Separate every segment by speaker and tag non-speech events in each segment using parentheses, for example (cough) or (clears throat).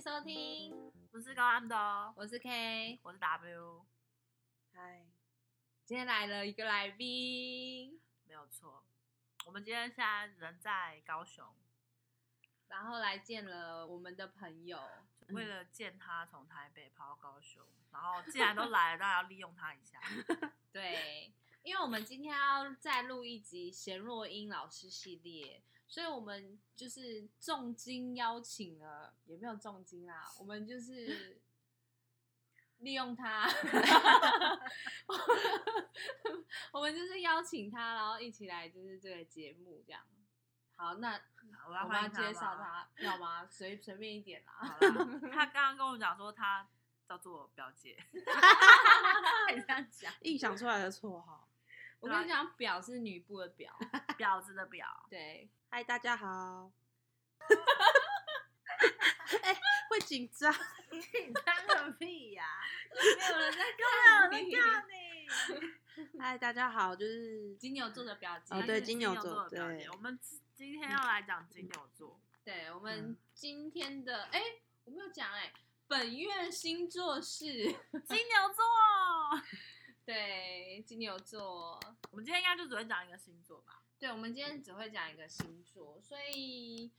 Speaker 1: 收听，
Speaker 2: 我是高安的哦，
Speaker 1: 我是 K，
Speaker 2: 我是 W，
Speaker 3: 嗨，
Speaker 1: 今天来了一个来宾，
Speaker 2: 没有错。我们今天现在人在高雄，
Speaker 1: 然后来见了我们的朋友，
Speaker 2: 为了见他从台北跑到高雄，然后既然都来了，当然要利用他 (laughs) 一下。
Speaker 1: 对，因为我们今天要再录一集贤若英老师系列，所以我们就是重金邀请了，也没有重金啦，我们就是利用他， (laughs) 我们就是邀请他，然后一起来就是这个节目这样。好，那
Speaker 2: 我
Speaker 1: 我
Speaker 2: 要
Speaker 1: 们
Speaker 2: 欢
Speaker 1: 要
Speaker 2: 迎他
Speaker 1: 介绍
Speaker 2: 吗。
Speaker 1: 他，要吗？随随便一点啦。
Speaker 2: (laughs) 好啦他刚刚跟我讲说他叫做表姐，
Speaker 1: 很像讲，
Speaker 3: 硬想出来的绰号。
Speaker 1: (laughs) 我跟你
Speaker 2: 啊
Speaker 1: 讲，表是女部的表，
Speaker 2: 婊子的 (laughs) 婊，
Speaker 1: 对，
Speaker 3: 嗨，大家好。哎、会紧张，
Speaker 2: 紧张个屁呀！ (laughs)
Speaker 1: 没有人在看
Speaker 2: 没
Speaker 1: 你
Speaker 2: 有人在看 (laughs) 你。
Speaker 3: 嗨，大家好，就是
Speaker 1: 金牛座的表姐，
Speaker 3: 哦
Speaker 2: 她
Speaker 3: 对
Speaker 2: 是
Speaker 3: 金
Speaker 2: 牛
Speaker 3: 牛座
Speaker 2: 的表姐
Speaker 3: 对
Speaker 2: 我们今天要来讲金牛座，
Speaker 1: 对我们
Speaker 3: 嗯
Speaker 1: 今天的哎、我没有讲哎、本月星座是
Speaker 2: 金牛座。 (laughs)
Speaker 1: 对金牛座，
Speaker 2: 我们今天应该就只会讲一个星座吧。
Speaker 1: 对我们今天只会讲一个星座，所以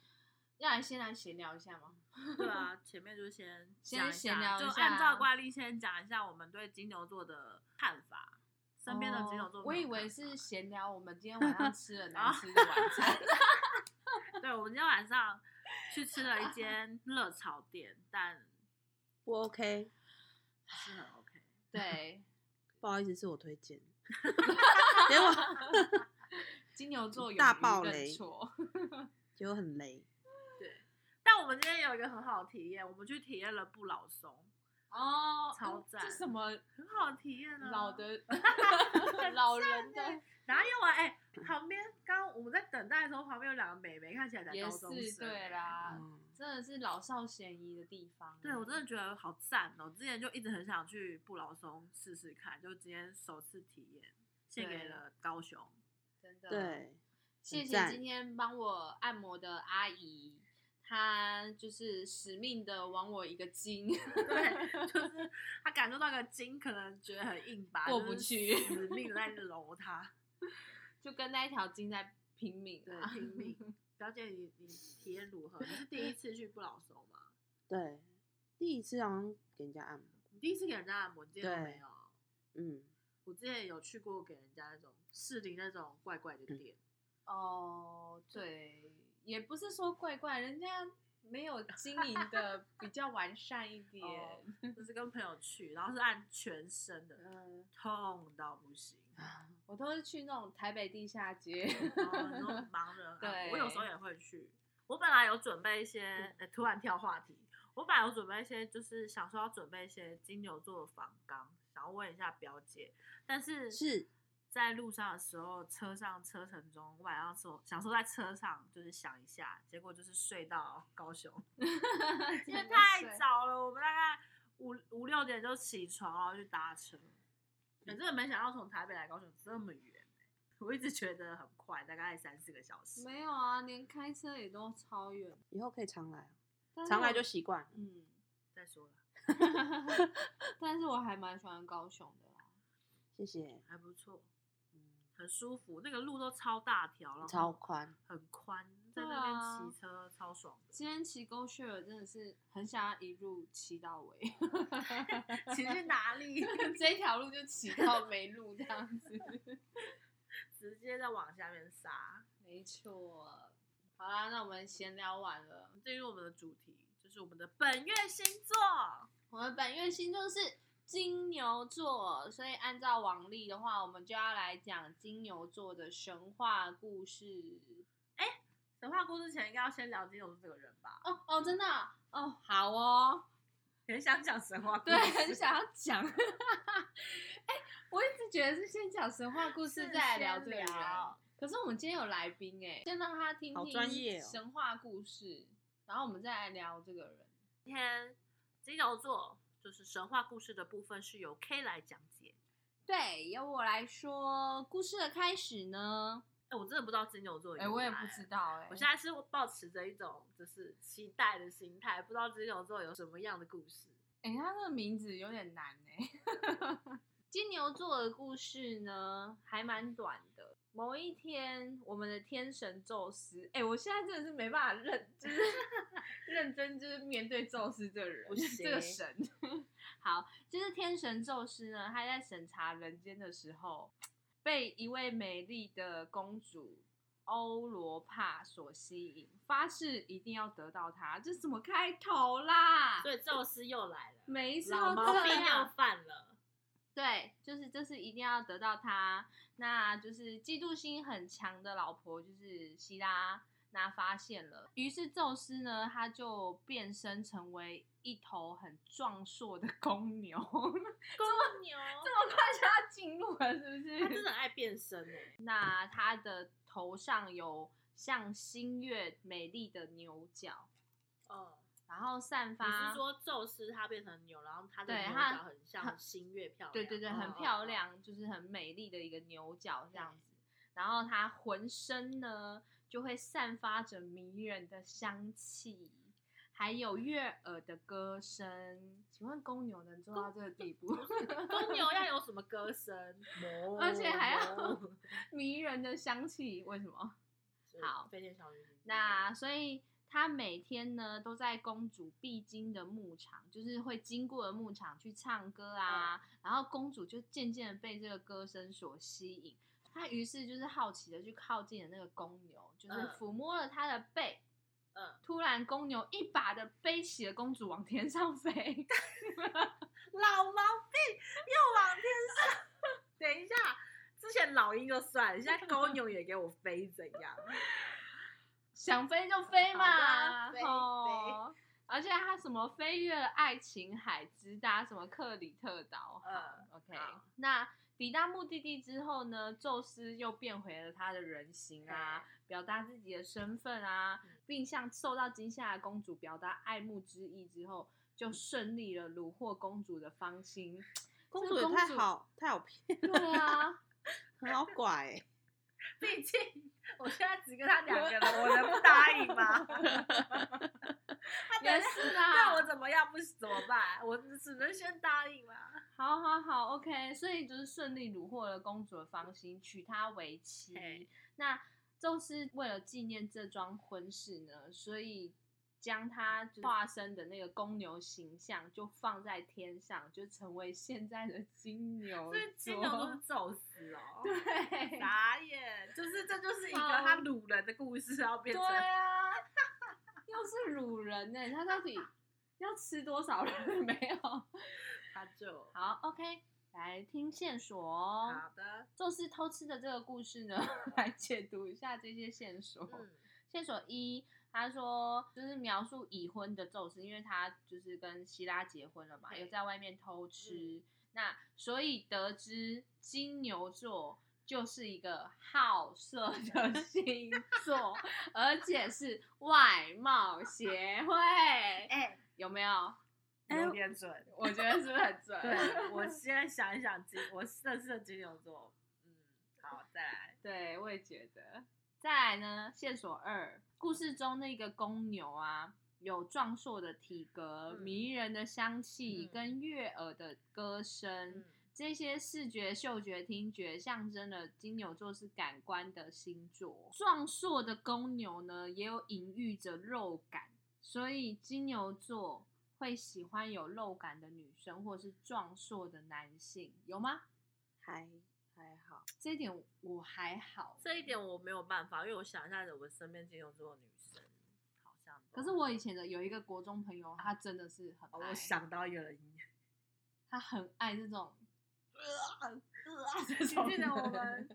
Speaker 1: 要来先来闲聊一下吗？ (laughs)
Speaker 2: 对啊，前面就先
Speaker 1: 先
Speaker 2: 讲一
Speaker 1: 闲
Speaker 2: 下
Speaker 1: 聊
Speaker 2: 就
Speaker 1: 一
Speaker 2: 按
Speaker 1: 下
Speaker 2: 照惯例先讲一下我们对金牛座的看法，身边的金牛座
Speaker 1: 哦
Speaker 2: 朋
Speaker 1: 我
Speaker 2: 友
Speaker 1: 以
Speaker 2: 看啊
Speaker 1: 为
Speaker 2: 法
Speaker 1: 是闲聊我们今天晚上吃了难吃的晚
Speaker 2: (laughs)
Speaker 1: 餐，
Speaker 2: 对，我们今天晚上去吃了一间热炒店，但
Speaker 3: 不 OK，
Speaker 2: 不是很 OK。
Speaker 1: 对
Speaker 3: 不好意思，是我推荐。结果
Speaker 1: 金牛座有
Speaker 3: 大爆雷
Speaker 1: 错。
Speaker 2: 哦
Speaker 3: 结果很雷，
Speaker 2: 对，但我们今天有一个很好的体验，我们去体验了不老松，
Speaker 1: 哦，
Speaker 2: 超
Speaker 1: 嗯
Speaker 2: 赞
Speaker 1: 这什么
Speaker 2: 很好的体验啊。
Speaker 1: 老
Speaker 2: (laughs)
Speaker 1: 的 (laughs) 老人的
Speaker 2: 哪有啊？哎、旁边刚我们在等待的时候，旁边有两个美眉，看起来才
Speaker 1: 也
Speaker 2: 高
Speaker 1: 是
Speaker 2: 中生
Speaker 1: 对
Speaker 2: 哎
Speaker 1: 啦，
Speaker 3: 嗯，
Speaker 1: 真的是老少咸宜的地方。欸
Speaker 2: 对，我真的觉得好赞哦！之前就一直很想去布劳松试试看，就今天首次体验，献给
Speaker 1: 对
Speaker 2: 了
Speaker 1: (laughs)
Speaker 2: 高雄。
Speaker 1: 真的，
Speaker 3: 对，啊
Speaker 1: 谢
Speaker 3: 很
Speaker 1: 谢
Speaker 3: 赞
Speaker 1: 今天帮我按摩的阿姨，她就是使命的往我一个筋，
Speaker 2: 对，就是他感受到个筋可能觉得很硬吧，
Speaker 1: 过
Speaker 2: 就
Speaker 1: 不
Speaker 2: 是
Speaker 1: 去
Speaker 2: 死命在揉它，
Speaker 1: (laughs) (laughs) 就跟那一条筋在拼命
Speaker 2: 对，
Speaker 1: 啊。 (laughs)
Speaker 2: 拼命。表姐，你你体验如何？你是第一次去布劳松吗？
Speaker 3: 对，第一次好像给人家按摩，
Speaker 2: 你第一次给人家按摩，你见过没
Speaker 3: 对
Speaker 2: 有？
Speaker 3: 嗯，
Speaker 2: 我之前有去过给人家那种士林那种怪怪
Speaker 1: 嗯
Speaker 2: 的店，
Speaker 1: 哦，对，也不是说怪怪，人家没有经营的比较完善一点。
Speaker 2: 哦就是跟朋友去，然后是按全身的，
Speaker 1: 嗯，
Speaker 2: 痛到不行。
Speaker 1: 我都是去那种台北地下街， (laughs)
Speaker 2: 哦，你说盲人按摩，
Speaker 1: 对
Speaker 2: 我有时候也会去。我本来有准备一些，呃突然跳话题，我本来有准备一些，就是想说要准备一些金牛座的访纲，想要问一下表姐，但是
Speaker 3: 是
Speaker 2: 在路上的时候，车上车程中，我晚上说想说在车上就是想一下，结果就是睡到高雄，因为太早了，我们大概五五六点就起床，然后去搭车，可真的没想到从台北来高雄这么远、欸，我一直觉得很快，大概三四个小时。
Speaker 1: 没有啊，连开车也都超远。
Speaker 3: 以后可以常来，啊
Speaker 1: 但是
Speaker 3: 常来
Speaker 1: 我
Speaker 3: 就习惯。
Speaker 1: 嗯， (laughs)
Speaker 2: 再说了，
Speaker 1: 但是我还蛮喜欢高雄的啦。
Speaker 3: 谢谢，
Speaker 2: 还不错，
Speaker 3: 嗯，
Speaker 2: 很舒服，那个路都超大条，然
Speaker 3: 超
Speaker 2: 后
Speaker 3: 宽，
Speaker 2: 很宽，在
Speaker 1: 对
Speaker 2: 那边
Speaker 1: 啊
Speaker 2: 骑车、超爽的。
Speaker 1: 今天骑 Go Share 真的是很想要一路骑到尾， (laughs)
Speaker 2: (laughs) 骑去哪里？
Speaker 1: 这一条路就骑到没路这样子。
Speaker 2: 直接再往下面杀。
Speaker 1: 没错，好啦，那我们闲聊完了，
Speaker 2: 进入我们的主题，就是我们的本月星座。
Speaker 1: 我们本月星座是金牛座，所以按照往例的话，我们就要来讲金牛座的神话故事。
Speaker 2: 神话故事前应该要先聊金牛座这个人吧？
Speaker 1: 哦哦，真的啊、哦，好哦。
Speaker 2: 很想讲神话故
Speaker 1: 对，
Speaker 2: 事，
Speaker 1: 很想要讲。哎、 (laughs) 哎我一直觉得是先讲神话故事，
Speaker 2: 是
Speaker 1: 再来聊这
Speaker 2: 先
Speaker 1: 个人
Speaker 2: 聊。
Speaker 1: 可是我们今天有来宾哎、先让他听
Speaker 3: 好专业
Speaker 1: 听
Speaker 3: 哦
Speaker 1: 神话故事，然后我们再来聊这个人。
Speaker 2: 今天金牛座就是神话故事的部分是由 K 来讲解。
Speaker 1: 对，由我来说，故事的开始呢，
Speaker 2: 哎，我真的不知道金牛座的
Speaker 1: 哎，我也
Speaker 2: 由来
Speaker 1: 不知道哎，
Speaker 2: 我现在是保持着一种就是期待的心态，不知道金牛座有什么样的故事。
Speaker 1: 哎，他这个名字有点难哎。金牛座的故事呢，还蛮短的。某一天，我们的天神宙斯，哎、我现在真的是没办法认，就是 (laughs) 认真，就是面对宙斯这个人
Speaker 2: 不，行
Speaker 1: 这个神。 (laughs) 好，就是天神宙斯呢，他在审查人间的时候，被一位美丽的公主欧罗帕所吸引，发誓一定要得到她。这怎么开头啦？
Speaker 2: 所以宙斯又来了，
Speaker 1: 没错，
Speaker 2: 老毛
Speaker 1: 这
Speaker 2: 病又
Speaker 1: 样
Speaker 2: 犯了。
Speaker 1: 啊对，就是这是一定要得到他。那就是嫉妒心很强的老婆，就是希拉那发现了，于是宙斯呢，他就变身成为一头很壮硕的公牛。 (laughs)
Speaker 2: 公牛，
Speaker 1: 这么快就要进入了，是不
Speaker 2: 他真
Speaker 1: 是？
Speaker 2: 的很爱变身哎、
Speaker 1: (laughs) 那他的头上有像新月美丽的牛角，
Speaker 2: 哦，
Speaker 1: 然后散
Speaker 2: 你
Speaker 1: 发
Speaker 2: 是说宙斯他变成牛，然后他的
Speaker 1: 对
Speaker 2: 牛
Speaker 1: 他
Speaker 2: 角很像新月漂亮？
Speaker 1: 对对对，
Speaker 2: 哦
Speaker 1: 很漂。亮，就是很美丽的一个牛角这样子。然后它浑身呢就会散发着迷人的香气，还有悦耳的歌声。请问公牛能做到这个地 (laughs) 步？
Speaker 2: 哦哦 (laughs) 公牛
Speaker 1: (laughs)
Speaker 2: 要有什么歌声？
Speaker 1: 而且还要
Speaker 2: 哞 (laughs)
Speaker 1: 迷人的香气，为什么？好
Speaker 2: 飞天小女警。
Speaker 1: 那所以他每天呢都在公主必经的牧场，就是会经过的牧场去唱歌啊，
Speaker 2: 嗯
Speaker 1: 然后公主就渐渐的被这个歌声所吸引，她于是就是好奇的去靠近了那个公牛，就是
Speaker 2: 嗯
Speaker 1: 抚摸了它的背。
Speaker 2: 嗯，
Speaker 1: 突然，公牛一把的背起了公主往天上飞。
Speaker 2: 老毛病又往天上。等一下，之前老鹰就算，了，现在公牛也给我飞，怎 (laughs) 样？
Speaker 1: 想飞就飞嘛，
Speaker 2: 好吧啊飞
Speaker 1: 哦，而且他什么飞越了爱琴海，直达什么克里特岛。
Speaker 2: 嗯 (laughs)
Speaker 1: 好，OK
Speaker 2: 好。
Speaker 1: 那抵达目的地之后呢，宙斯又变回了他的人形啊，表达自己的身份啊，
Speaker 2: 嗯
Speaker 1: 并向受到惊吓的公主表达爱慕之意之后，就
Speaker 2: 嗯
Speaker 1: 顺利了虏获公主的芳心。
Speaker 3: 公
Speaker 1: 这
Speaker 3: 主
Speaker 1: 个
Speaker 3: 也
Speaker 1: 公
Speaker 3: 太
Speaker 1: 主
Speaker 3: 好太好骗，
Speaker 1: 对啊， (laughs)
Speaker 3: 很好拐欸。
Speaker 2: 毕竟我现在只跟他两个
Speaker 1: (laughs)
Speaker 2: 人，我能不答应 (laughs) 吗？他等
Speaker 1: 也
Speaker 2: 一下
Speaker 1: 是啊。
Speaker 2: 对我怎么样不怎么办？我只能先答应啦。
Speaker 1: 好好好，OK，所以就是顺利虏获了公主的芳心，娶她为妻
Speaker 2: 嘿。
Speaker 1: 那宙斯为了纪念这桩婚事呢，所以将他就化身的那个公牛形象就放在天上，就成为现在的金牛
Speaker 2: 所
Speaker 1: 座。
Speaker 2: 以金牛都是宙斯哦。
Speaker 1: 对，
Speaker 2: 傻眼，就是这就是一个
Speaker 1: 好
Speaker 2: 他掳人的故事，然后变
Speaker 1: 对
Speaker 2: 成
Speaker 1: 啊， (laughs) 又是掳人呢、他到底要吃多少人 (laughs) 没有？
Speaker 2: 他就
Speaker 1: 好，OK，来听线索哦。
Speaker 2: 好的，
Speaker 1: 宙斯偷吃的这个故事呢， (laughs) 来解读一下这些线索。
Speaker 2: 嗯，
Speaker 1: 线索一，他说就是描述已婚的宙斯，因为他就是跟希拉结婚了嘛，
Speaker 2: 对嗯
Speaker 1: 有在外面偷吃，那所以得知金牛座。就是一个好色的
Speaker 2: (laughs)
Speaker 1: 星座，而且是外貌协会，
Speaker 2: (laughs) 哎，
Speaker 1: 有没有？
Speaker 2: 有点准。
Speaker 1: 我觉得是不是很准？
Speaker 2: 对，我现在想一想金，我认识的金牛座，嗯，好，再来，
Speaker 1: 对，我也觉得。再来呢，线索二，故事中那个公牛啊，有壮硕的体格、
Speaker 2: 嗯
Speaker 1: 迷人的香气、
Speaker 2: 嗯
Speaker 1: 跟悦耳的歌声，
Speaker 2: 嗯，
Speaker 1: 这些视觉、嗅觉、听觉象征了金牛座是感官的星座。壮硕的公牛呢，也有隐喻着肉感，所以金牛座会喜欢有肉感的女生，或是壮硕的男性，有吗？
Speaker 3: (laughs) 还还好，
Speaker 1: 这一点我还好，
Speaker 2: 这一点我没有办法，因为我想一下，我身边金牛座的女生好像
Speaker 1: 可
Speaker 2: 都，
Speaker 1: 是我以前的有一个国中朋友，他真的是很
Speaker 2: 哦，
Speaker 1: 爱，
Speaker 2: 我想到有人，
Speaker 1: 他很爱这种，
Speaker 2: 呃你记得我们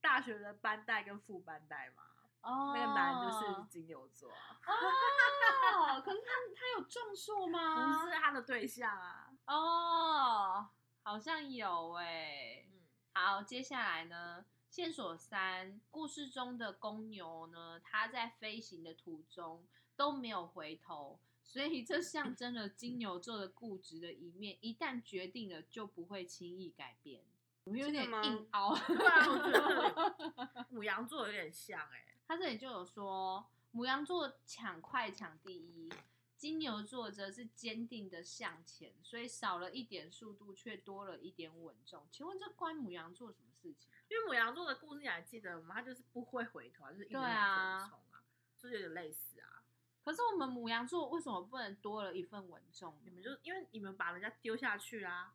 Speaker 2: 大学的班代跟副班代吗？
Speaker 1: 哦，
Speaker 2: 那个男的就是金牛座啊，
Speaker 1: 哦，可是他他有壮硕吗？
Speaker 2: 不是他的对象啊。
Speaker 1: 哦，好像有诶、
Speaker 2: 嗯，
Speaker 1: 好，接下来呢，线索三，故事中的公牛呢，它在飞行的途中都没有回头，所以这象征了金牛座的固执的一面，一旦决定了就不会轻易改变。我有点
Speaker 3: 真的吗
Speaker 1: 硬凹。 (laughs)
Speaker 2: 对啊，我觉得我母羊座有点像哎、
Speaker 1: 他这里就有说，母羊座抢快抢第一，金牛座则是坚定的向前，所以少了一点速度，却多了一点稳重。请问这关母羊座什么事情？
Speaker 2: 因为母羊座的故事你还记得吗？他就是不会回头啊，就是一直
Speaker 1: 对
Speaker 2: 往
Speaker 1: 啊
Speaker 2: 前冲啊，就是有点类似啊。
Speaker 1: 可是我们母羊座为什么不能多了一份稳重呢？
Speaker 2: 你们就因为你们把人家丢下去啦、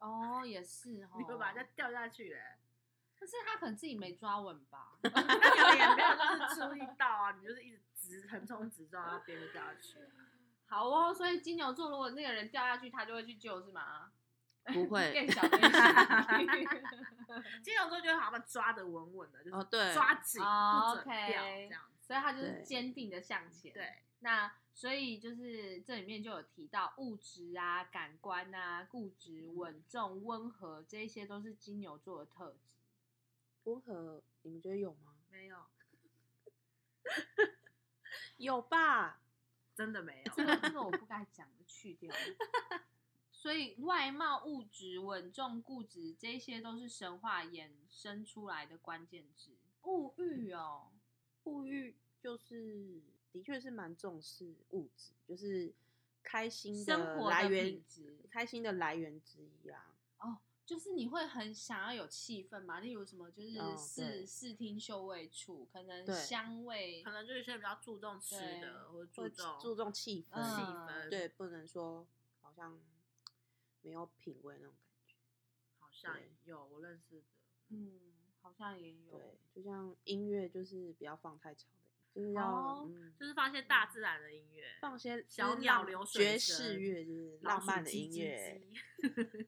Speaker 1: 哦，也是哦，
Speaker 2: (laughs) 你们把人家掉下去哎、
Speaker 1: 可是他可能自己没抓稳吧？(laughs)
Speaker 2: (laughs) 那你们也没有就是注意到啊，你们就是一直直横冲直撞，然后别人就掉下
Speaker 1: (laughs)
Speaker 2: 去、啊。
Speaker 1: 好哦，所以金牛座如果那个人掉下去，他就会去救，是吗？
Speaker 3: (laughs) 不
Speaker 1: (laughs)
Speaker 3: 会
Speaker 1: 变小变小。
Speaker 2: 金牛座觉得好像把他抓得稳稳的，就
Speaker 3: (laughs) 哦，
Speaker 2: 是
Speaker 3: 对，
Speaker 2: 抓紧、
Speaker 1: 哦
Speaker 2: 不准掉
Speaker 1: ，OK
Speaker 2: 这样
Speaker 1: (laughs)
Speaker 2: 子。
Speaker 1: 所以他就是
Speaker 3: 对
Speaker 1: 坚定的向前。
Speaker 2: 对，
Speaker 1: 那所以就是这里面就有提到物质啊、感官啊、固执、稳重、温和，这一些都是金牛座的特质。
Speaker 3: 温和，你们觉得有吗？
Speaker 2: 没有，
Speaker 3: 有吧？
Speaker 2: 真的没有。
Speaker 1: 这个这个我不该讲的去掉。所以外貌、物质、稳重、固执，这些都是神话衍生出来的关键字。物欲哦，
Speaker 3: 物欲就是的确是蛮重视物质，就是开心
Speaker 1: 生活
Speaker 3: 来
Speaker 1: 的
Speaker 3: 源
Speaker 1: 品，质
Speaker 3: 开心的来源之一啊。
Speaker 1: 哦，就是你会很想要有气氛嘛，例如什么就是
Speaker 3: 哦
Speaker 1: 视
Speaker 3: 对
Speaker 1: 视听嗅味触，可能
Speaker 3: 对
Speaker 1: 香味
Speaker 2: 可，能就是现在比较注重吃的，或者
Speaker 3: 会
Speaker 2: 注重
Speaker 3: 注重气
Speaker 2: 气
Speaker 3: 氛，啊
Speaker 1: 嗯
Speaker 2: 氛，
Speaker 3: 对，，不能说好像没有品味那种感觉。
Speaker 2: 好像
Speaker 3: 对
Speaker 2: 有我认识的，
Speaker 1: 嗯，好像也有
Speaker 3: 对，就像音乐，就是不要放太吵的，就是要、
Speaker 1: 哦
Speaker 3: 嗯、
Speaker 2: 就是放一些大自然的音乐，
Speaker 3: 放些
Speaker 2: 小
Speaker 3: 就是
Speaker 2: 鸟
Speaker 3: 浪
Speaker 2: 流水
Speaker 3: 爵
Speaker 2: 声
Speaker 3: 士乐，就是
Speaker 2: 老
Speaker 3: 浪
Speaker 2: 鼠
Speaker 3: 漫的
Speaker 2: 叽
Speaker 3: 音
Speaker 2: 叽
Speaker 3: 乐，
Speaker 2: 叽。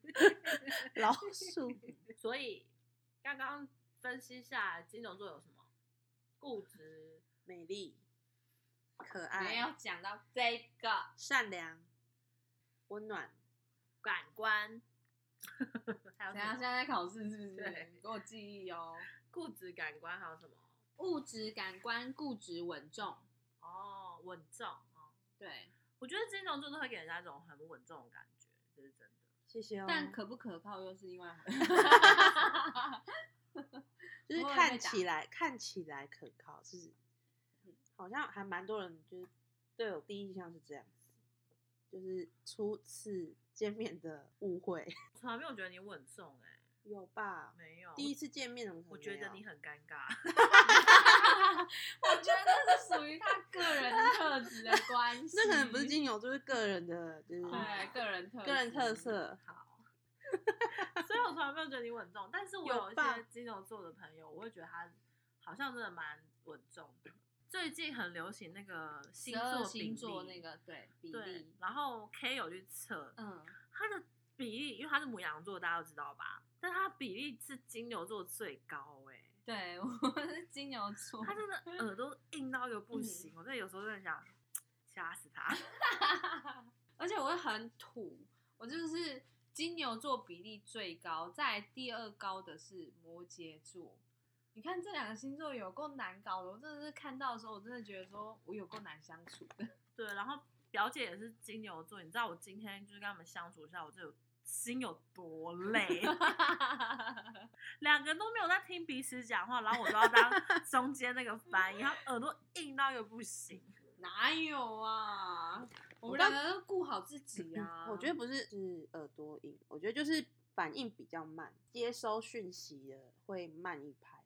Speaker 3: 老鼠
Speaker 2: (laughs) 所以刚刚分析下来，金牛座有什么固执、
Speaker 3: 美丽、可
Speaker 1: 没有
Speaker 3: 爱、
Speaker 1: 讲到这个，
Speaker 3: 善良、温暖。
Speaker 2: 感官，还
Speaker 1: 等一下
Speaker 2: 有什
Speaker 1: 现
Speaker 2: 么
Speaker 1: 在在考试是不是？
Speaker 2: 对
Speaker 1: 给我记忆哦。
Speaker 2: 固执、感官，还有什么？
Speaker 1: 物质、感官、固执、稳重，
Speaker 2: 哦，稳重哦。
Speaker 1: 对，
Speaker 2: 我觉得金牛座都会给人家一种很稳重的感觉，这是真的。
Speaker 3: 谢谢哦，
Speaker 1: 但可不可靠又是另外一回不会
Speaker 3: 就是
Speaker 1: 被
Speaker 3: 看
Speaker 1: 打
Speaker 3: 起来看起来可靠，是好像还蛮多人就是对我第一印象是这样子，就是初次见面的误会
Speaker 2: 我从来没有觉得你稳重哎、
Speaker 3: (laughs) 有吧？
Speaker 2: 没有。
Speaker 3: 第一次见面怎么可能
Speaker 2: 我觉得
Speaker 3: 没有
Speaker 2: 你很尴尬，
Speaker 1: (laughs) 我觉得这是属于他个人特质的关 (laughs) 系，
Speaker 3: 那可能不是金牛，就是个人的，就是
Speaker 1: 嗯对个人特质
Speaker 3: 个人特色。
Speaker 2: 好。 (laughs) 所以我从来没有觉得你稳重，但是我
Speaker 3: 有
Speaker 2: 有一
Speaker 3: 吧
Speaker 2: 些金牛座的朋友，我会觉得他好像真的蛮稳重的。最近很流行那个
Speaker 1: 十
Speaker 2: 星
Speaker 1: 二
Speaker 2: 座
Speaker 1: 星座
Speaker 2: 比例
Speaker 1: 那个对比
Speaker 2: 对
Speaker 1: 例，，
Speaker 2: 然后 K 有去测，
Speaker 1: 嗯，
Speaker 2: 他的比例，因为他是母羊座，大家都知道吧？但他比例是金牛座最高哎、
Speaker 1: 对，我是金牛座，
Speaker 2: 他真的耳朵硬到一个
Speaker 1: 嗯
Speaker 2: 不行，我真的有时候真的想掐死他。
Speaker 1: 而且我会很土，我就是金牛座比例最高，在第二高的是摩羯座。你看这两个星座有够难搞的，我真的是看到的时候，我真的觉得说我有够难相处的。 (laughs)
Speaker 2: 对，然后表姐也是金牛座，你知道我今天就是跟他们相处一下，我这有心有多累，两个人都没有在听彼此讲话，然后我都要当中间那个翻译，他耳朵硬到一个不行。
Speaker 1: 哪有啊？我们
Speaker 3: 我倒
Speaker 1: 两个都顾好自己啊。
Speaker 3: (clears throat) 我觉得不是是耳朵硬，我觉得就是反应比较慢，接收讯息的会慢一拍，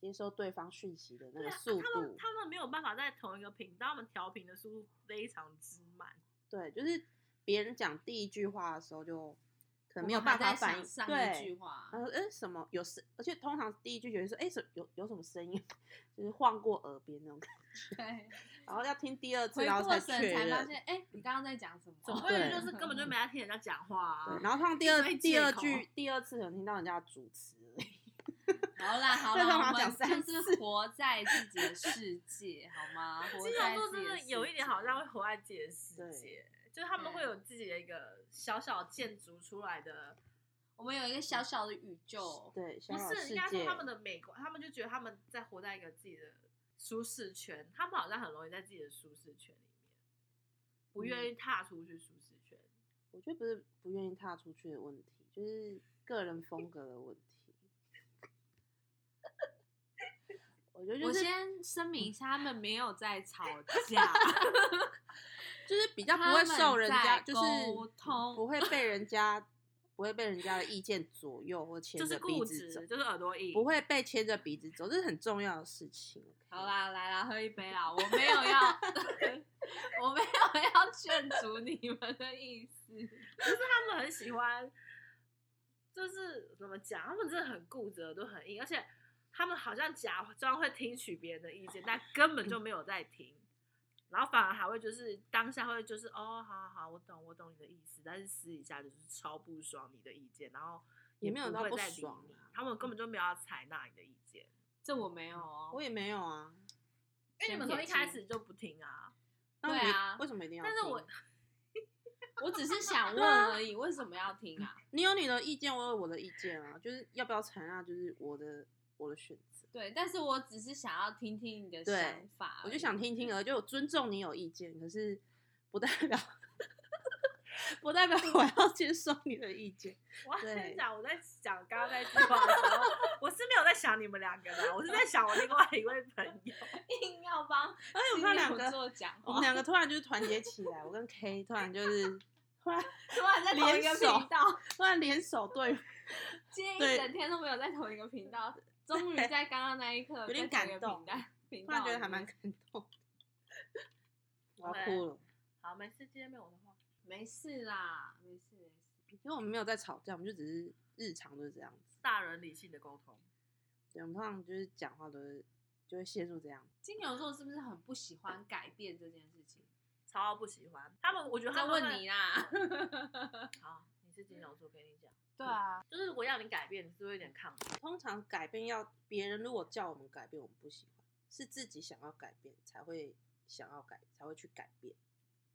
Speaker 3: 接收对方讯息的那
Speaker 2: 对
Speaker 3: 个
Speaker 2: 啊，
Speaker 3: 速
Speaker 2: 他们
Speaker 3: 度，
Speaker 2: 他们没有办法在同一个频道，他们调频的速度非常之慢。
Speaker 3: 对，就是别人讲第一句话的时候就
Speaker 1: 我
Speaker 3: 可能
Speaker 1: 们
Speaker 3: 没有办法
Speaker 1: 还在
Speaker 3: 反
Speaker 1: 想
Speaker 3: 应，
Speaker 1: 上一句
Speaker 3: 对。
Speaker 1: 话
Speaker 3: 然，后哎、诶什么有声？而且通常第一句觉得说，哎、什有有什么声音， (laughs) 就是晃过耳边那种感
Speaker 1: 对，
Speaker 3: 觉，然后要听第二次，
Speaker 1: 回
Speaker 3: 然后
Speaker 1: 过
Speaker 3: 才
Speaker 1: 神
Speaker 3: 确
Speaker 1: 才发
Speaker 3: 认。
Speaker 1: 现，哎、你刚刚在讲什么？
Speaker 2: 总
Speaker 3: 会
Speaker 2: 归
Speaker 3: 对
Speaker 2: 就是根本就没在听人家讲话啊。
Speaker 3: 对，然后他们第二
Speaker 2: 所以
Speaker 3: 第
Speaker 2: 借
Speaker 3: 二
Speaker 2: 口
Speaker 3: 句第二次可能听到人家的主持而已，
Speaker 1: 好啦好
Speaker 3: 再让
Speaker 1: 啦，
Speaker 3: 他
Speaker 1: 我
Speaker 3: 讲
Speaker 1: 们
Speaker 3: 三
Speaker 1: 就是活在自己的世界，好吗？活
Speaker 2: 金
Speaker 1: 在
Speaker 2: 牛
Speaker 1: 自
Speaker 2: 座
Speaker 1: 己
Speaker 2: 真的
Speaker 1: 世
Speaker 2: 有一点
Speaker 1: 界
Speaker 2: 好像会活在自己的世
Speaker 3: 对
Speaker 2: 界，就是他们会有自己的一个小小建筑出来的，
Speaker 1: 我们有一个小小的宇宙，
Speaker 3: 对，小
Speaker 2: 不
Speaker 3: 小
Speaker 2: 是
Speaker 3: 世
Speaker 2: 应该说
Speaker 3: 界
Speaker 2: 他们的美观，他们就觉得他们在活在一个自己的舒适圈，他们好像很容易在自己的舒适圈里面，
Speaker 3: 嗯
Speaker 2: 不愿意踏出去舒适圈。
Speaker 3: 我觉得不是不愿意踏出去的问题，就是个人风格的问题。我觉得就
Speaker 1: 我
Speaker 3: 是
Speaker 1: 先声明一下，他们没有在吵
Speaker 3: (laughs)
Speaker 1: 架，
Speaker 3: 就是比较不会受人家，
Speaker 1: 他们在
Speaker 3: 就是
Speaker 1: 沟通
Speaker 3: 不会被人家不会被人家的意见左右或牵
Speaker 2: 就是
Speaker 3: 着鼻
Speaker 2: 固
Speaker 3: 子走
Speaker 2: 执，，就是耳朵硬，
Speaker 3: 不会被牵着鼻子走，这是很重要的事情。
Speaker 1: 好，啦，来啦，喝一杯啦！我没有要，
Speaker 3: (laughs)
Speaker 1: 我没有要劝阻你们的意思。
Speaker 2: 他们很喜欢，就是怎么讲，他们真的很固执，都很硬，而且他们好像假装会听取别人的意见，但根本就没有在听，然后反而还会就是当下会就是哦，好好好，我懂我懂你的意思，但是私底下就是超不爽你的意见，然后
Speaker 3: 也没有到
Speaker 2: 不会
Speaker 3: 不
Speaker 2: 再理
Speaker 3: 爽
Speaker 2: 你
Speaker 3: 啊，
Speaker 2: 他们根本就没有要采纳你的意见，
Speaker 1: 这我没有哦，
Speaker 3: 我也没有啊，
Speaker 2: 因为你们从一开始就不听啊，
Speaker 3: 那我
Speaker 1: 对啊
Speaker 3: 一为什么一定要
Speaker 2: 但
Speaker 3: 听？
Speaker 2: 是我
Speaker 1: 我只是
Speaker 3: (laughs)
Speaker 1: 想问而已，为什么要听啊？
Speaker 3: 你有你的意见，我有我的意见啊，就是要不要采纳，就是我的我的选择。
Speaker 1: 对，但是我只是想要听听你的
Speaker 3: 对
Speaker 1: 想法而已，
Speaker 3: 我就想听啊听而已，就我尊重你有意见，可是不代表不代表我要接受你的意 (laughs) 见。
Speaker 2: 我要
Speaker 3: 对
Speaker 2: 先讲，我在讲刚刚那句话的时候，我是没有在想你们两个的，我是在想我另外一位朋友。
Speaker 1: (laughs) 硬要帮
Speaker 3: 而哎且我
Speaker 1: 金
Speaker 3: 们 (laughs) 他两
Speaker 1: 牛
Speaker 3: 个，
Speaker 1: 座讲
Speaker 3: 我
Speaker 1: 话，
Speaker 3: 们两个突然就是团结起来，我跟 K 突然就是突然
Speaker 1: 突然在同一个
Speaker 3: 联手
Speaker 1: 频道，
Speaker 3: 突然联手对，
Speaker 1: 今天
Speaker 3: 对
Speaker 1: 一整天都没有在同一个频道，终于在刚刚那一刻
Speaker 3: 有点
Speaker 1: 在同一个
Speaker 3: 感动
Speaker 1: 频道，频
Speaker 3: 突然
Speaker 1: 道
Speaker 3: 觉
Speaker 1: 里
Speaker 3: 得还蛮
Speaker 1: 面
Speaker 3: 感 (laughs) 动。我要哭了，
Speaker 2: 好，没事，今天没有我的话。
Speaker 1: 没事啦，没事没事。
Speaker 3: 因为我们没有在吵架，我们就只是日常就是这样子。
Speaker 2: 大人理性的沟通，
Speaker 3: 对，我们通常就是讲话都是就会陷入这样。
Speaker 1: 金牛座是不是很不喜欢改变这件事情？
Speaker 2: 超不喜欢他们。我觉得他
Speaker 1: 在
Speaker 2: 们会
Speaker 1: 问你，啦。 (laughs)
Speaker 2: 好，你是金牛座，跟你讲，嗯
Speaker 1: 对啊，
Speaker 2: 就是如果要你改变，你是会有点抗拒。
Speaker 3: 通常改变要别人如果叫我们改变，我们不喜欢，是自己想要改变才会想要改，才会去改变。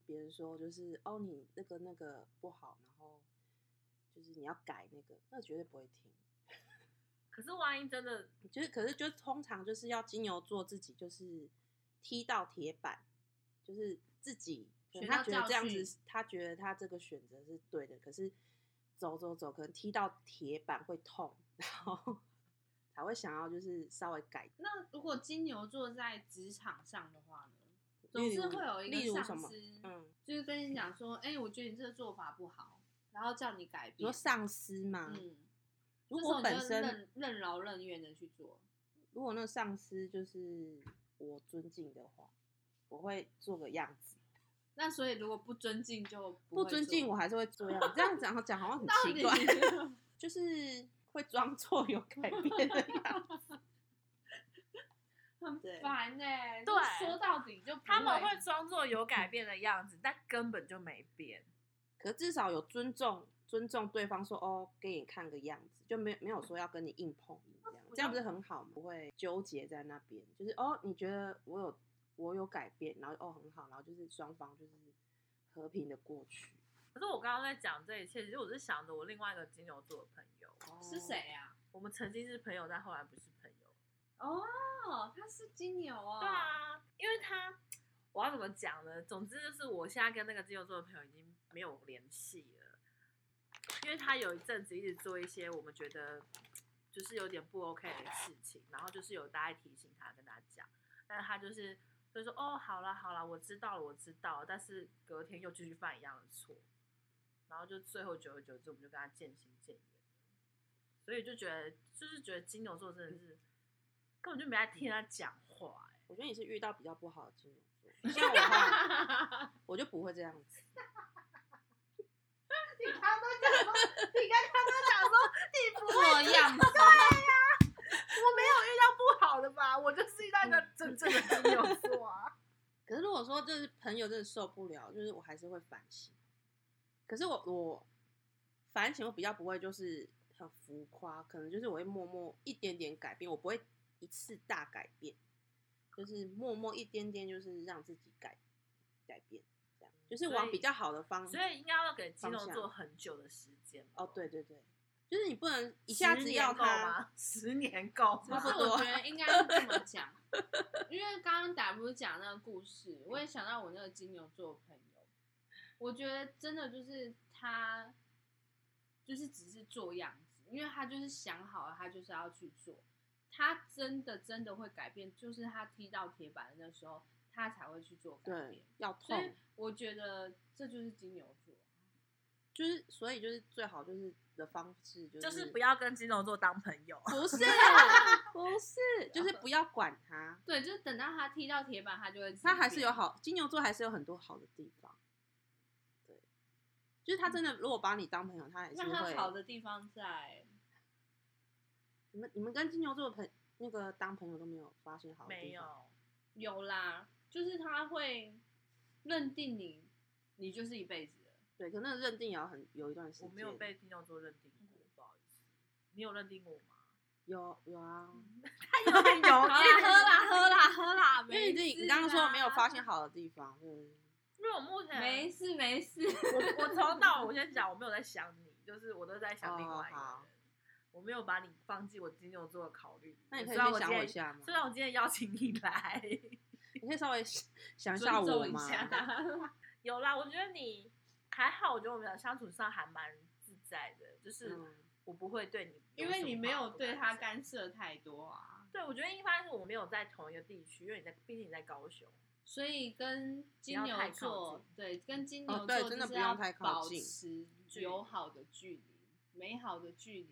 Speaker 3: 别人说就是哦，你那个那个不好，然后就是你要改那个，那绝对不会听。
Speaker 2: 可是万一真的，
Speaker 3: 就是可是就通常就是要金牛座自己就是踢到铁板，就是自己可能
Speaker 1: 学到
Speaker 3: 他觉得
Speaker 1: 教
Speaker 3: 这样
Speaker 1: 训
Speaker 3: 子，他觉得他这个选择是对的，可是走走走，可能踢到铁板会痛，然后 (laughs) 才会想要就是稍微改。
Speaker 1: 那如果金牛座在职场上的话呢，总
Speaker 3: 例
Speaker 1: 是
Speaker 3: 如
Speaker 1: 会有一
Speaker 3: 例如
Speaker 1: 个
Speaker 3: 什
Speaker 1: 上
Speaker 3: 么
Speaker 1: 司，
Speaker 3: 嗯，
Speaker 1: 就是跟你讲说，哎、我觉得你这个做法不好，然后叫你改
Speaker 3: 你说
Speaker 1: 变。
Speaker 3: 上司嘛，
Speaker 1: 嗯，
Speaker 3: 啊如果
Speaker 1: 这时
Speaker 3: 本
Speaker 1: 候你就
Speaker 3: 身
Speaker 1: 任任劳任怨的去做，
Speaker 3: 如果那个上司就是我尊敬的话，我会做个样子。
Speaker 1: 那所以如果不尊敬就
Speaker 3: 不尊敬我还是会做 (laughs) 样子，这样讲讲好像很奇怪。 (laughs)
Speaker 1: 怪。
Speaker 3: 就是会装作有改变的样子。 (laughs)
Speaker 1: 很
Speaker 3: 对
Speaker 1: 烦哎、
Speaker 2: 对
Speaker 1: 就说到底就不
Speaker 2: 他们会装作有改变的样子，但根本就没变。
Speaker 3: 可至少有尊重，尊重对方说哦，给你看个样子，就没没有说要跟你硬碰硬这样，这样不是很好吗？不会纠结在那边，就是哦，你觉得我有我有改变，然后哦很好，然后就是双方就是和平的过去。
Speaker 2: 可是我刚刚在讲这一切，其实我是想着我另外一个金牛座的朋友，
Speaker 1: 哦是谁啊呀、
Speaker 2: 我们曾经是朋友，但后来不是朋友。
Speaker 1: 哦，他是金牛哦。
Speaker 2: 对啊，因为他我要怎么讲呢？总之就是我现在跟那个金牛座的朋友已经没有联系了，因为他有一阵子一直做一些我们觉得就是有点不 OK 的事情，然后就是有大家提醒他跟他讲，但是他就是就说哦，好了好了，我知道了我知道了，但是隔天又继续犯一样的错，然后就最后久而久之我们就跟他渐行渐远，所以就觉得就是觉得金牛座真的是根本就没在听他讲话、欸
Speaker 3: 我觉得你是遇到比较不好的金牛座，像我的话，我就不会这样子。
Speaker 1: 你刚刚讲说，你刚刚都讲说你不会这样子，啊
Speaker 2: 我没有遇到不好的吧？我就是遇到一个真正的金牛座啊。
Speaker 3: 可是如果说就是朋友真的受不了，就是我还是会反省。可是我我反省我比较不会就是很浮夸，可能就是我会默默一点点改变，我不会一次大改变，就是默默一点点就是让自己改改变，这样就是
Speaker 2: 所以
Speaker 3: 往比较好的方
Speaker 2: (laughs) 所以应该要给金牛座很久的时间
Speaker 3: 哦，对对对，就是你不能一下子要
Speaker 2: 够
Speaker 3: 他，
Speaker 2: 吗？十年够
Speaker 1: 可
Speaker 2: 吗？
Speaker 1: 是
Speaker 3: (laughs)
Speaker 1: 我觉得应该是这么讲，因为刚刚打不是讲那个故事，我也想到我那个金牛座朋友，我觉得真的就是他，就是只是做样子，因为他就是想好了，他就是要去做。他真的真的会改变，就是他踢到铁板的时候，他才会去做改变
Speaker 3: 对。，要
Speaker 1: 所以
Speaker 3: 痛，
Speaker 1: 我觉得这就是金牛座。
Speaker 3: 就是所以就是最好就是的方式就是
Speaker 2: 就是不要跟金牛座当朋友。
Speaker 3: 不
Speaker 2: (laughs)
Speaker 1: (laughs)
Speaker 3: 是不是，就是不要管他，
Speaker 1: 对，就是等到他踢到铁板，他就会自己
Speaker 2: 嗯
Speaker 3: 他还是有
Speaker 1: 变
Speaker 3: 好金牛座还是有很多好的地方，对，就是他
Speaker 2: 嗯
Speaker 3: 真的如果把你当朋友，他还是
Speaker 1: 那他
Speaker 3: 会
Speaker 1: 好的地方在，
Speaker 3: 你们你们跟金牛座的朋那个当朋友都没有发现好的
Speaker 2: 没
Speaker 3: 地方，
Speaker 2: 有，
Speaker 1: 有啦，就是他会认定你，你就是一辈子的。
Speaker 3: 对，可能认定也要很有一段时间。
Speaker 2: 我没有被金牛座认定过，不好意思。你有认定我吗？
Speaker 3: 有有啊，
Speaker 2: 有很 (laughs) 有，
Speaker 1: 好
Speaker 3: 哦
Speaker 1: 啦，喝啦，喝啦，喝啦，
Speaker 2: 嗯
Speaker 3: 因为你自己你刚刚说没有发现好的地方，嗯，
Speaker 2: 因为我目前
Speaker 1: 啊没事没事，
Speaker 2: 我我从头到尾，我先讲，我没有在想你，就是我都在想另外一个人。
Speaker 3: 哦好
Speaker 2: 我没有把你放进我金牛座的考虑里面。
Speaker 3: 那你可以
Speaker 2: 虽然
Speaker 3: 先
Speaker 2: 今
Speaker 3: 想我
Speaker 2: 天
Speaker 3: 一下吗？
Speaker 2: 虽然我今天邀请你来， (laughs)
Speaker 3: 你可以稍微想一下
Speaker 1: 尊
Speaker 3: 我
Speaker 1: 重一
Speaker 3: 吗？
Speaker 1: 下。 (laughs)
Speaker 2: 有啦，我觉得你还好，我觉得我们俩相处上还蛮自在的， (laughs) 就是
Speaker 3: 嗯
Speaker 2: 我不会对你，
Speaker 1: 因为你没有对他
Speaker 2: 干。
Speaker 1: 干涉太多啊，
Speaker 2: 对，我觉得一方面是我没有在同一个地区，因为你在，毕竟你在高雄。
Speaker 1: 所以跟金牛
Speaker 2: 不要太靠
Speaker 1: 座
Speaker 2: 近
Speaker 1: 对跟金牛
Speaker 3: 哦
Speaker 1: 座
Speaker 3: 对
Speaker 1: 就
Speaker 3: 真的
Speaker 1: 是
Speaker 3: 不用
Speaker 1: 要
Speaker 3: 太靠
Speaker 1: 保
Speaker 3: 近
Speaker 1: 持
Speaker 2: 距离
Speaker 1: 友好的距离，美好的距离，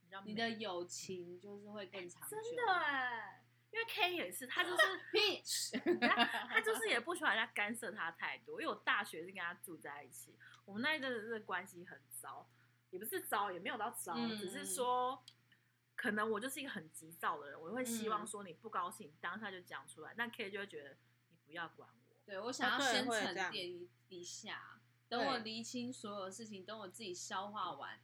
Speaker 2: 你
Speaker 3: 嗯
Speaker 2: 知道
Speaker 1: 你
Speaker 2: 没
Speaker 1: 的友情就是会更长久。
Speaker 2: 真的哎，因为 K 也是，他就是
Speaker 1: 屁，
Speaker 3: (laughs)
Speaker 2: 他就是也不喜欢人家干涉他太多。因为我大学是跟他住在一起，我们那一阵子真的关系很糟，也不是糟，也没有到糟，
Speaker 1: 嗯
Speaker 2: 只是说。可能我就是一个很急躁的人，我会希望
Speaker 1: 嗯
Speaker 2: 说你不高兴，当下就讲出来。但 K 就会觉得你不要管我，
Speaker 1: 对我想要
Speaker 3: 哦对
Speaker 1: 先
Speaker 3: 会
Speaker 1: 沉
Speaker 3: 这样
Speaker 1: 淀一一下，等
Speaker 3: 对
Speaker 1: 我厘清所有事情，等我自己消化完，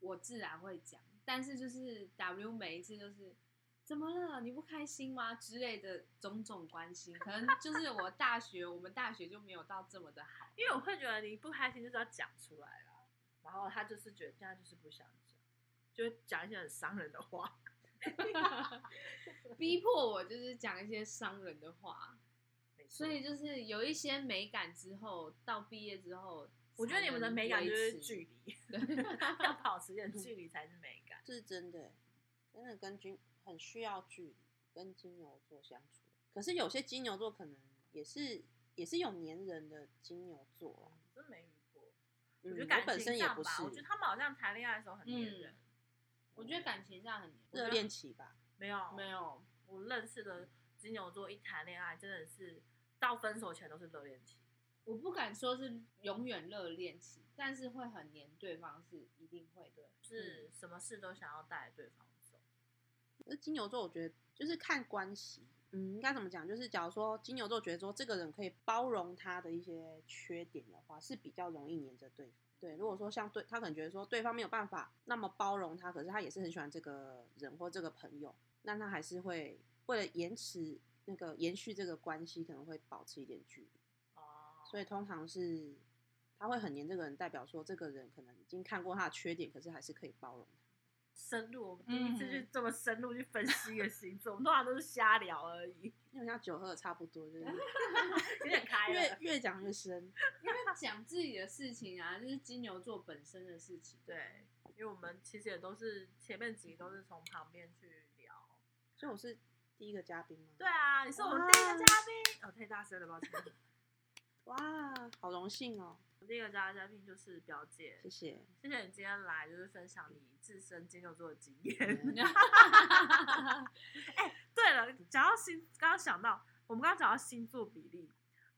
Speaker 1: 我自然会讲。但是就是 W 每一次就是怎么了？你不开心吗？之类的种种关心，可能就是我大学，我们大学就没有到这么的好。
Speaker 2: 因为我会觉得你不开心就是要讲出来啦。然后他就是觉得这样就是不想讲，就会讲一些很伤人的话。
Speaker 1: 逼迫我就是讲一些伤人的话，
Speaker 2: 没错
Speaker 1: 所以就是有一些美感之后，到毕业之后，
Speaker 2: 我觉得你们的美感就是
Speaker 1: 剧，
Speaker 2: 距离， (laughs) 要保持点距离才是美感。
Speaker 3: 这是真的欸，真的跟金很需要距离，跟金牛座相处。可是有些金牛座可能也是也是有粘人的金牛座啊、
Speaker 2: 真没遇过，我
Speaker 3: 嗯，
Speaker 2: 觉得
Speaker 3: 我
Speaker 2: 感
Speaker 3: 本
Speaker 2: 情
Speaker 3: 身也
Speaker 2: 上
Speaker 3: 不
Speaker 2: 吧，
Speaker 3: 是嗯
Speaker 2: 我觉得他们好像谈恋爱的时候很黏人，
Speaker 1: 我觉得感情上很
Speaker 2: 我觉
Speaker 3: 热
Speaker 2: 得
Speaker 3: 恋期吧，
Speaker 2: 没有
Speaker 1: 没，有，
Speaker 2: 我认识的金牛座一谈恋爱真的是到分手前都是热恋期，
Speaker 1: 我不敢说是永远热恋期，但是会很黏对方是一定会的。
Speaker 3: 嗯
Speaker 2: 是什么事都想要带对方走。
Speaker 3: 可是金牛座，我觉得就是看关系，嗯，应该怎么讲？就是假如说金牛座觉得说这个人可以包容他的一些缺点的话，是比较容易黏着对方。对，如果说像对他可能觉得说对方没有办法那么包容他，可是他也是很喜欢这个人或这个朋友，那他还是会为了延迟那个延续这个关系，可能会保持一点距离。
Speaker 2: 哦，
Speaker 3: 所以通常是他会很黏这个人，代表说这个人可能已经看过他的缺点，可是还是可以包容他。
Speaker 2: 深入，我们第一次
Speaker 1: 嗯
Speaker 2: 去这么深入去分析一个星座，我们通常都是瞎聊而已，
Speaker 3: 因为像酒喝的差不多，就是
Speaker 2: 有点开
Speaker 3: 越
Speaker 2: 了。
Speaker 3: 越讲越深。
Speaker 1: 嗯因为讲自己的事情啊，就是金牛座本身的事情。，
Speaker 2: 对，因为我们其实也都是前面几集都是从旁边去聊。
Speaker 3: 所以我是第一个嘉宾吗？
Speaker 2: 对，啊，你是我们第一个嘉宾。哦，太大声了，抱歉。
Speaker 3: 哇，好荣幸哦，
Speaker 2: 我们第一个嘉嘉宾就是表姐
Speaker 3: 谢，谢。
Speaker 2: 谢谢你今天来，就是分享你自身金牛座的经验。 (laughs)
Speaker 1: 嗯
Speaker 2: 对了，讲到星，刚刚想到，我们刚刚讲到星座比例，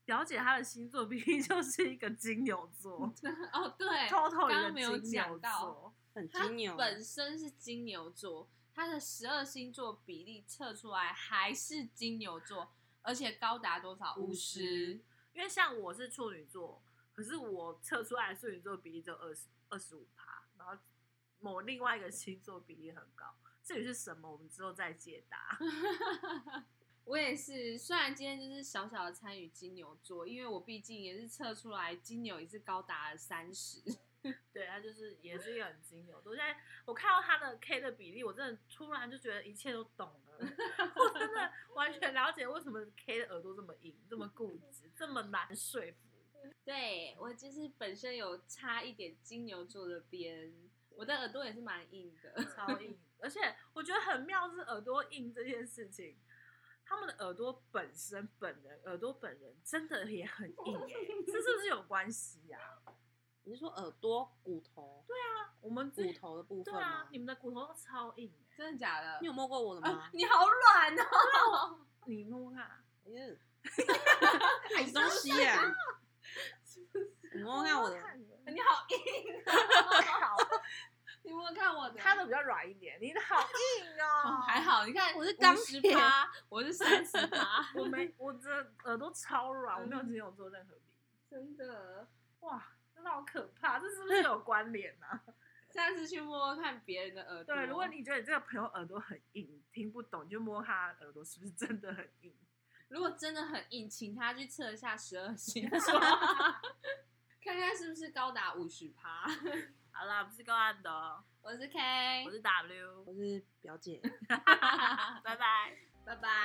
Speaker 2: 表姐她的星座比例 (laughs) 就是一个金牛座，
Speaker 1: (laughs) 哦 (laughs) 对，
Speaker 2: 偷偷
Speaker 1: 刚
Speaker 2: 一
Speaker 1: 刚没有
Speaker 2: 个金牛
Speaker 1: 讲到，
Speaker 2: 座。
Speaker 3: 很
Speaker 1: 他
Speaker 3: 金牛，
Speaker 1: 本身是金牛座，他的十二星座比例测出来还是金牛座，而且高达多少？
Speaker 2: 50
Speaker 1: 五十。
Speaker 2: 因为像我是处女座，可是我测出来的处女座比例只有二十二十五趴，然后某另外一个星座比例很高。至于是什么，我们之后再解答。
Speaker 1: 我也是，虽然今天就是小小的参与金牛座，因为我毕竟也是测出来金牛也是高达了三十。
Speaker 2: 对他就是也是一个很金牛座。现在我看到他的 K 的比例，我真的突然就觉得一切都懂了， (laughs) 我真的完全了解为什么 K 的耳朵这么硬、这么固执、这么难说服。
Speaker 1: 对我就是本身有插一点金牛座的边，我的耳朵也是蛮硬的，
Speaker 2: 超硬。而且我觉得很妙是耳朵硬这件事情，他们的耳朵本身本人耳朵本人真的也很硬哎、这是不是有关系呀、
Speaker 3: 你是说耳朵、骨头、
Speaker 2: 啊？我们
Speaker 3: 骨头的部
Speaker 2: 对
Speaker 3: 分吗
Speaker 2: 啊，？你们的骨头都超硬哎、
Speaker 1: (laughs) 真的假的 (laughs)
Speaker 3: 你？有摸过我的
Speaker 1: 啊
Speaker 3: 吗？
Speaker 1: 你好软哦！
Speaker 2: 你摸摸看啊，
Speaker 3: 哎呀什么东西呀？你摸摸看我的，
Speaker 2: 的，
Speaker 1: 你好硬哦！ (laughs) 你摸看我的，
Speaker 2: 他的比较软一点，你的好硬
Speaker 1: 哦
Speaker 2: 哦，，
Speaker 1: 还好，你看
Speaker 3: 我是钢
Speaker 1: 十
Speaker 3: 铁
Speaker 1: 趴，我是三十趴
Speaker 2: (laughs) 我没，我的耳朵超软，我没有之前有做任何比喻。
Speaker 1: 真的。
Speaker 2: 哇，真的好可怕，这是不是有关联啊？
Speaker 1: 下次去摸摸看别人的耳朵。
Speaker 2: 对，如果你觉得你这个朋友耳朵很硬，听不懂，你就摸他耳朵，是不是真的很硬？
Speaker 1: 如果真的很硬，请他去测一下十二星座，看看是不是高达五十趴。 (laughs)
Speaker 2: 好啦，不是高案的哦，
Speaker 1: 我是 K，
Speaker 2: 是 W，
Speaker 3: 我是表姐。
Speaker 1: 拜
Speaker 2: 拜拜。
Speaker 1: 拜。